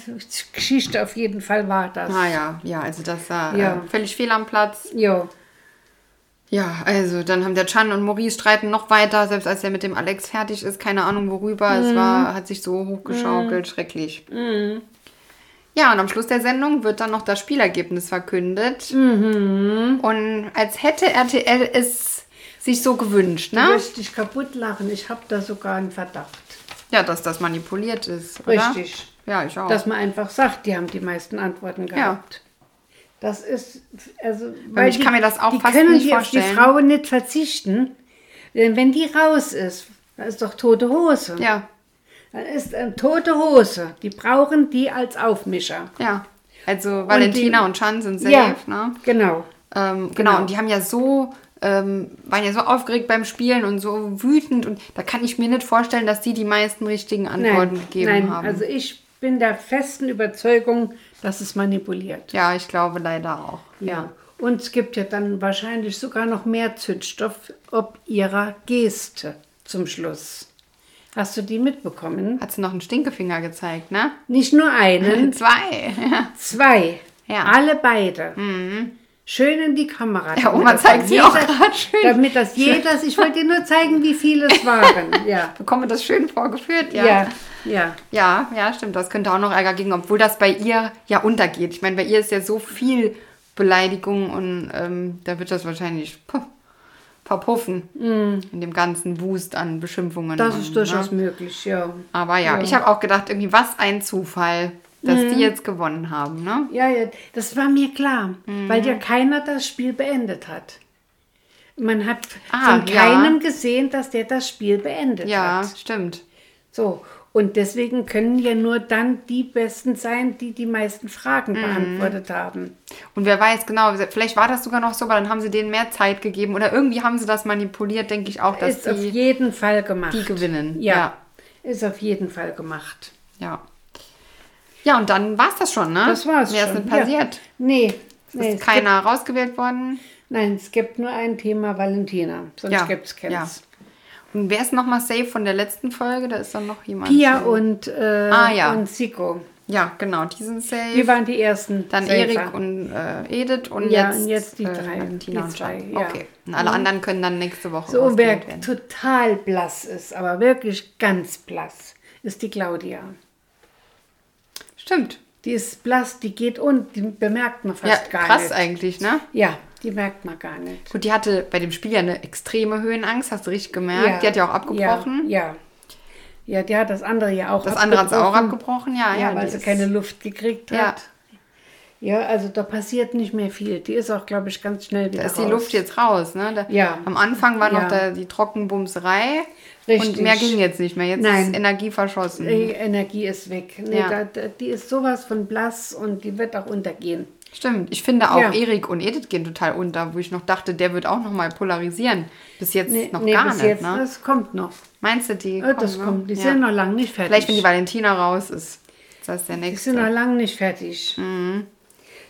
[SPEAKER 3] Geschichte auf jeden Fall war das.
[SPEAKER 2] Ah ja, ja, also das war
[SPEAKER 3] Ja.
[SPEAKER 2] Äh, völlig fehl am Platz.
[SPEAKER 3] Jo.
[SPEAKER 2] Ja, also dann haben der Chan und Maurice streiten noch weiter, selbst als er mit dem Alex fertig ist, keine Ahnung worüber. Es war, hat sich so hochgeschaukelt, schrecklich. Ja, und am Schluss der Sendung wird dann noch das Spielergebnis verkündet. Und als hätte RTL es sich so gewünscht,
[SPEAKER 3] Du
[SPEAKER 2] ne?
[SPEAKER 3] wirst dich kaputt lachen. Ich habe da sogar einen Verdacht.
[SPEAKER 2] Ja, dass das manipuliert ist, oder?
[SPEAKER 3] Richtig.
[SPEAKER 2] Ja, ich auch.
[SPEAKER 3] Dass man einfach sagt, die haben die meisten Antworten gehabt. Das ist, also,
[SPEAKER 2] ich kann mir das auch
[SPEAKER 3] die
[SPEAKER 2] fast
[SPEAKER 3] können
[SPEAKER 2] nicht
[SPEAKER 3] die auf die
[SPEAKER 2] vorstellen.
[SPEAKER 3] Frau nicht verzichten. Denn wenn die raus ist, dann ist doch tote Hose.
[SPEAKER 2] ja,
[SPEAKER 3] Dann ist ähm, tote Hose. Die brauchen die als Aufmischer.
[SPEAKER 2] ja. Also Valentina und, Chan sind safe, ne?
[SPEAKER 3] genau.
[SPEAKER 2] Ähm, genau.
[SPEAKER 3] Genau.
[SPEAKER 2] und die haben ja so, ähm, waren ja so aufgeregt beim Spielen und so wütend und da kann ich mir nicht vorstellen, dass die die meisten richtigen Antworten gegeben
[SPEAKER 3] nein,
[SPEAKER 2] haben.
[SPEAKER 3] also ich bin der festen Überzeugung, dass es manipuliert.
[SPEAKER 2] ja, ich glaube leider auch. Ja.
[SPEAKER 3] Und es gibt ja dann wahrscheinlich sogar noch mehr Zündstoff ob ihrer Geste zum Schluss. Hast du die mitbekommen?
[SPEAKER 2] Hat sie noch einen Stinkefinger gezeigt, ne?
[SPEAKER 3] Nicht nur einen,
[SPEAKER 2] Zwei.
[SPEAKER 3] zwei.
[SPEAKER 2] Ja. Mhm.
[SPEAKER 3] Alle beide. Schön in die Kamera.
[SPEAKER 2] Ja, Oma
[SPEAKER 3] damit das
[SPEAKER 2] zeigt sie
[SPEAKER 3] jeder-
[SPEAKER 2] auch gerade schön.
[SPEAKER 3] Damit das jeder, ich wollte dir nur zeigen, wie viele es waren. Ja.
[SPEAKER 2] Bekomme das schön vorgeführt, ja.
[SPEAKER 3] Ja. ja.
[SPEAKER 2] Ja, ja, stimmt. Das könnte auch noch Ärger geben, obwohl das bei ihr ja untergeht. Ich meine, bei ihr ist ja so viel Beleidigung und ähm, da wird das wahrscheinlich puh, verpuffen in dem ganzen Wust an Beschimpfungen.
[SPEAKER 3] Mm. Das
[SPEAKER 2] und,
[SPEAKER 3] ist durchaus
[SPEAKER 2] Ne?
[SPEAKER 3] möglich, ja.
[SPEAKER 2] Aber ja,
[SPEAKER 3] Ja. Mm.
[SPEAKER 2] ich habe auch gedacht, irgendwie was ein Zufall, dass die jetzt gewonnen haben, ne?
[SPEAKER 3] Ja, ja, das war mir klar, weil
[SPEAKER 2] Mhm.
[SPEAKER 3] ja keiner das Spiel beendet hat. Man hat
[SPEAKER 2] Ah,
[SPEAKER 3] von
[SPEAKER 2] ja.
[SPEAKER 3] keinem gesehen, dass der das Spiel beendet
[SPEAKER 2] Ja,
[SPEAKER 3] hat.
[SPEAKER 2] stimmt.
[SPEAKER 3] So. Und deswegen können ja nur dann die Besten sein, die die meisten Fragen
[SPEAKER 2] Mhm.
[SPEAKER 3] beantwortet haben.
[SPEAKER 2] Und wer weiß genau, vielleicht war das sogar noch so, aber dann haben sie denen mehr Zeit gegeben oder irgendwie haben sie das manipuliert, denke ich auch, dass
[SPEAKER 3] ist auf
[SPEAKER 2] die,
[SPEAKER 3] jeden Fall gemacht.
[SPEAKER 2] die gewinnen.
[SPEAKER 3] ja.
[SPEAKER 2] ja.
[SPEAKER 3] Ist auf jeden Fall gemacht.
[SPEAKER 2] Ja. Ja, und dann war es das schon, ne?
[SPEAKER 3] Das war's
[SPEAKER 2] Mehr
[SPEAKER 3] schon.
[SPEAKER 2] ist nicht passiert.
[SPEAKER 3] Ja. Nee. nee,
[SPEAKER 2] Ist
[SPEAKER 3] es
[SPEAKER 2] keiner rausgewählt worden.
[SPEAKER 3] Gibt, nein, es gibt nur ein Thema Valentina. Sonst
[SPEAKER 2] Ja.
[SPEAKER 3] gibt es keins.
[SPEAKER 2] Ja. Und wer ist nochmal safe von der letzten Folge? Da ist dann noch jemand.
[SPEAKER 3] Pia
[SPEAKER 2] safe.
[SPEAKER 3] und, äh,
[SPEAKER 2] Ah, ja.
[SPEAKER 3] und Siko.
[SPEAKER 2] Ja, genau, die sind safe.
[SPEAKER 3] Wir waren die ersten.
[SPEAKER 2] dann
[SPEAKER 3] Safer.
[SPEAKER 2] Erik und äh, Edith und
[SPEAKER 3] Ja,
[SPEAKER 2] jetzt,
[SPEAKER 3] und jetzt die
[SPEAKER 2] äh,
[SPEAKER 3] drei,
[SPEAKER 2] Valentina
[SPEAKER 3] die
[SPEAKER 2] und
[SPEAKER 3] zwei,
[SPEAKER 2] Jan.
[SPEAKER 3] ja. Mhm.
[SPEAKER 2] Okay. Und alle anderen können dann nächste Woche
[SPEAKER 3] So, und
[SPEAKER 2] ausgewählt
[SPEAKER 3] wer
[SPEAKER 2] werden.
[SPEAKER 3] total blass ist, aber wirklich ganz blass, ist die Claudia.
[SPEAKER 2] Stimmt.
[SPEAKER 3] Die ist blass, die geht und die bemerkt man
[SPEAKER 2] Ja,
[SPEAKER 3] fast gar
[SPEAKER 2] krass
[SPEAKER 3] nicht.
[SPEAKER 2] eigentlich, ne?
[SPEAKER 3] Ja, die merkt man gar nicht.
[SPEAKER 2] Gut, die hatte bei dem Spiel ja eine extreme Höhenangst, hast du richtig gemerkt. Die hat ja auch abgebrochen.
[SPEAKER 3] Ja, ja. Ja, die hat das andere ja auch
[SPEAKER 2] Das andere hat es auch abgebrochen, ja.
[SPEAKER 3] Ja,
[SPEAKER 2] ja
[SPEAKER 3] weil
[SPEAKER 2] die
[SPEAKER 3] sie
[SPEAKER 2] ist-
[SPEAKER 3] keine Luft gekriegt
[SPEAKER 2] Ja.
[SPEAKER 3] hat. Ja, also da passiert nicht mehr viel. Die ist auch, glaube ich, ganz schnell wieder
[SPEAKER 2] Da ist die
[SPEAKER 3] raus.
[SPEAKER 2] Luft jetzt raus, ne? Da,
[SPEAKER 3] Ja.
[SPEAKER 2] Am Anfang war noch
[SPEAKER 3] Ja.
[SPEAKER 2] da die Trockenbumserei.
[SPEAKER 3] Richtig.
[SPEAKER 2] Und mehr ging jetzt nicht mehr. Jetzt
[SPEAKER 3] Nein.
[SPEAKER 2] ist Energie verschossen.
[SPEAKER 3] Die Energie ist weg. Nee,
[SPEAKER 2] Ja.
[SPEAKER 3] da, da, die ist sowas von blass und die wird auch untergehen.
[SPEAKER 2] Stimmt. Ich finde auch
[SPEAKER 3] Ja.
[SPEAKER 2] Erik und Edith gehen total unter, wo ich noch dachte, der wird auch noch mal polarisieren. Bis jetzt
[SPEAKER 3] Nee,
[SPEAKER 2] noch
[SPEAKER 3] nee,
[SPEAKER 2] gar
[SPEAKER 3] bis
[SPEAKER 2] nicht,
[SPEAKER 3] jetzt,
[SPEAKER 2] ne?
[SPEAKER 3] Das kommt noch.
[SPEAKER 2] Meinst du, die
[SPEAKER 3] Äh, das
[SPEAKER 2] ne?
[SPEAKER 3] kommt. Die
[SPEAKER 2] ja.
[SPEAKER 3] sind noch lange nicht fertig.
[SPEAKER 2] Vielleicht, wenn die Valentina raus ist. Das ist der
[SPEAKER 3] Die sind noch
[SPEAKER 2] nächste.
[SPEAKER 3] lange nicht fertig.
[SPEAKER 2] Mhm.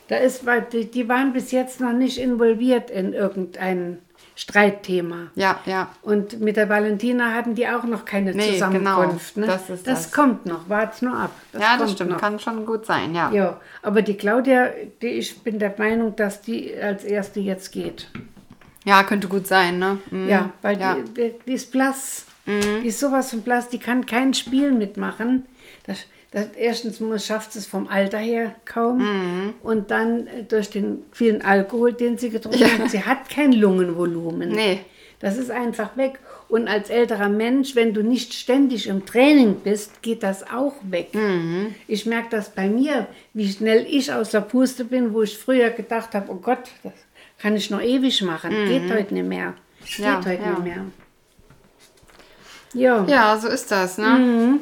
[SPEAKER 3] Da ist, weil die, die waren bis jetzt noch nicht involviert in irgendein Streitthema.
[SPEAKER 2] Ja, ja.
[SPEAKER 3] Und mit der Valentina hatten die auch noch keine
[SPEAKER 2] Nee,
[SPEAKER 3] Zusammenkunft.
[SPEAKER 2] genau.
[SPEAKER 3] ne?
[SPEAKER 2] Das ist das.
[SPEAKER 3] kommt noch, wart's nur ab.
[SPEAKER 2] ja,
[SPEAKER 3] kommt
[SPEAKER 2] das stimmt.
[SPEAKER 3] noch.
[SPEAKER 2] Kann schon gut sein, ja.
[SPEAKER 3] Ja, aber die Claudia, die, ich bin der Meinung, dass die als erste jetzt geht.
[SPEAKER 2] Ja, könnte gut sein, ne? Mhm.
[SPEAKER 3] Ja, weil
[SPEAKER 2] ja. Mhm.
[SPEAKER 3] Die, die, die ist blass. Die ist sowas von blass, die kann kein Spiel mitmachen. Das, das, erstens muss, schafft sie es vom Alter her kaum.
[SPEAKER 2] Mhm.
[SPEAKER 3] Und dann äh, durch den vielen Alkohol, den sie getrunken hat, sie hat kein Lungenvolumen.
[SPEAKER 2] Nee.
[SPEAKER 3] Das ist einfach weg. Und als älterer Mensch, wenn du nicht ständig im Training bist, geht das auch weg.
[SPEAKER 2] Mhm.
[SPEAKER 3] Ich merke das bei mir, wie schnell ich aus der Puste bin, wo ich früher gedacht habe, oh Gott, das kann ich noch ewig machen.
[SPEAKER 2] Mhm.
[SPEAKER 3] Geht heute nicht mehr. Geht
[SPEAKER 2] Ja,
[SPEAKER 3] heute
[SPEAKER 2] ja.
[SPEAKER 3] halt nicht mehr. Ja,
[SPEAKER 2] ja, so ist das,
[SPEAKER 3] Mhm.
[SPEAKER 2] ne?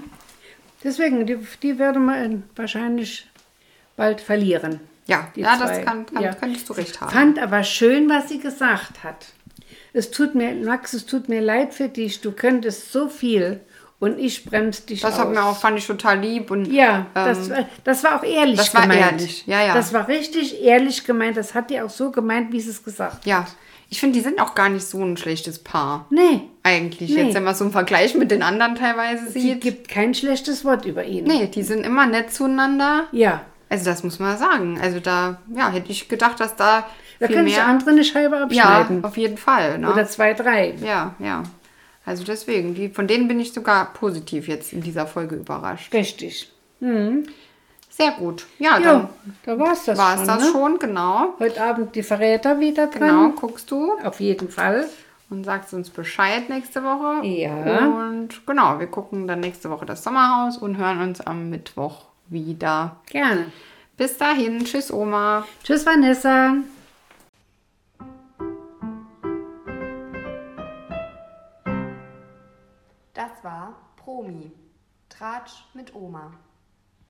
[SPEAKER 3] deswegen, die, die werden wir in- wahrscheinlich bald verlieren.
[SPEAKER 2] Ja,
[SPEAKER 3] Die
[SPEAKER 2] ja das
[SPEAKER 3] zwei.
[SPEAKER 2] kann, kann,
[SPEAKER 3] Ja.
[SPEAKER 2] könntest du recht haben.
[SPEAKER 3] Fand aber schön, was sie gesagt hat. Es tut mir, Max, es tut mir leid für dich. Du könntest so viel und ich bremse dich
[SPEAKER 2] Das
[SPEAKER 3] aus.
[SPEAKER 2] hat mir auch, fand ich total lieb und
[SPEAKER 3] Ja, das,
[SPEAKER 2] ähm,
[SPEAKER 3] war- das war auch ehrlich
[SPEAKER 2] das war
[SPEAKER 3] gemeint.
[SPEAKER 2] ehrlich, ja, ja.
[SPEAKER 3] Das war richtig ehrlich gemeint. Das hat die auch so gemeint, wie sie es gesagt hat.
[SPEAKER 2] ja. Ich finde, die sind auch gar nicht so ein schlechtes Paar.
[SPEAKER 3] Nee,
[SPEAKER 2] Eigentlich.
[SPEAKER 3] Nee.
[SPEAKER 2] Jetzt, wenn man so einen Vergleich mit den anderen teilweise
[SPEAKER 3] sie
[SPEAKER 2] sieht.
[SPEAKER 3] gibt kein schlechtes Wort über ihn.
[SPEAKER 2] nee, die sind immer nett zueinander.
[SPEAKER 3] Ja,
[SPEAKER 2] Also das muss man sagen. Also da, ja, hätte ich gedacht, dass da
[SPEAKER 3] da
[SPEAKER 2] viel
[SPEAKER 3] kann ich
[SPEAKER 2] mehr.
[SPEAKER 3] der andere eine Scheibe
[SPEAKER 2] ja,
[SPEAKER 3] abschneiden.
[SPEAKER 2] auf jeden Fall. Ne?
[SPEAKER 3] Oder zwei, drei.
[SPEAKER 2] ja, ja. Also deswegen, die, von denen bin ich sogar positiv jetzt in dieser Folge überrascht.
[SPEAKER 3] Richtig.
[SPEAKER 2] Sehr gut. Ja,
[SPEAKER 3] Ja,
[SPEAKER 2] dann
[SPEAKER 3] da war es das
[SPEAKER 2] war es
[SPEAKER 3] schon.
[SPEAKER 2] das
[SPEAKER 3] ne?
[SPEAKER 2] schon, genau.
[SPEAKER 3] Heute Abend die Verräter wieder
[SPEAKER 2] Genau,
[SPEAKER 3] dran.
[SPEAKER 2] guckst du
[SPEAKER 3] Auf jeden Fall.
[SPEAKER 2] und sagst uns Bescheid nächste Woche.
[SPEAKER 3] Ja.
[SPEAKER 2] Und genau, wir gucken dann nächste Woche das Sommerhaus und hören uns am Mittwoch wieder.
[SPEAKER 3] Gerne.
[SPEAKER 2] Bis dahin, tschüss Oma.
[SPEAKER 3] Tschüss, Vanessa.
[SPEAKER 1] Das war Promi. Tratsch mit Oma.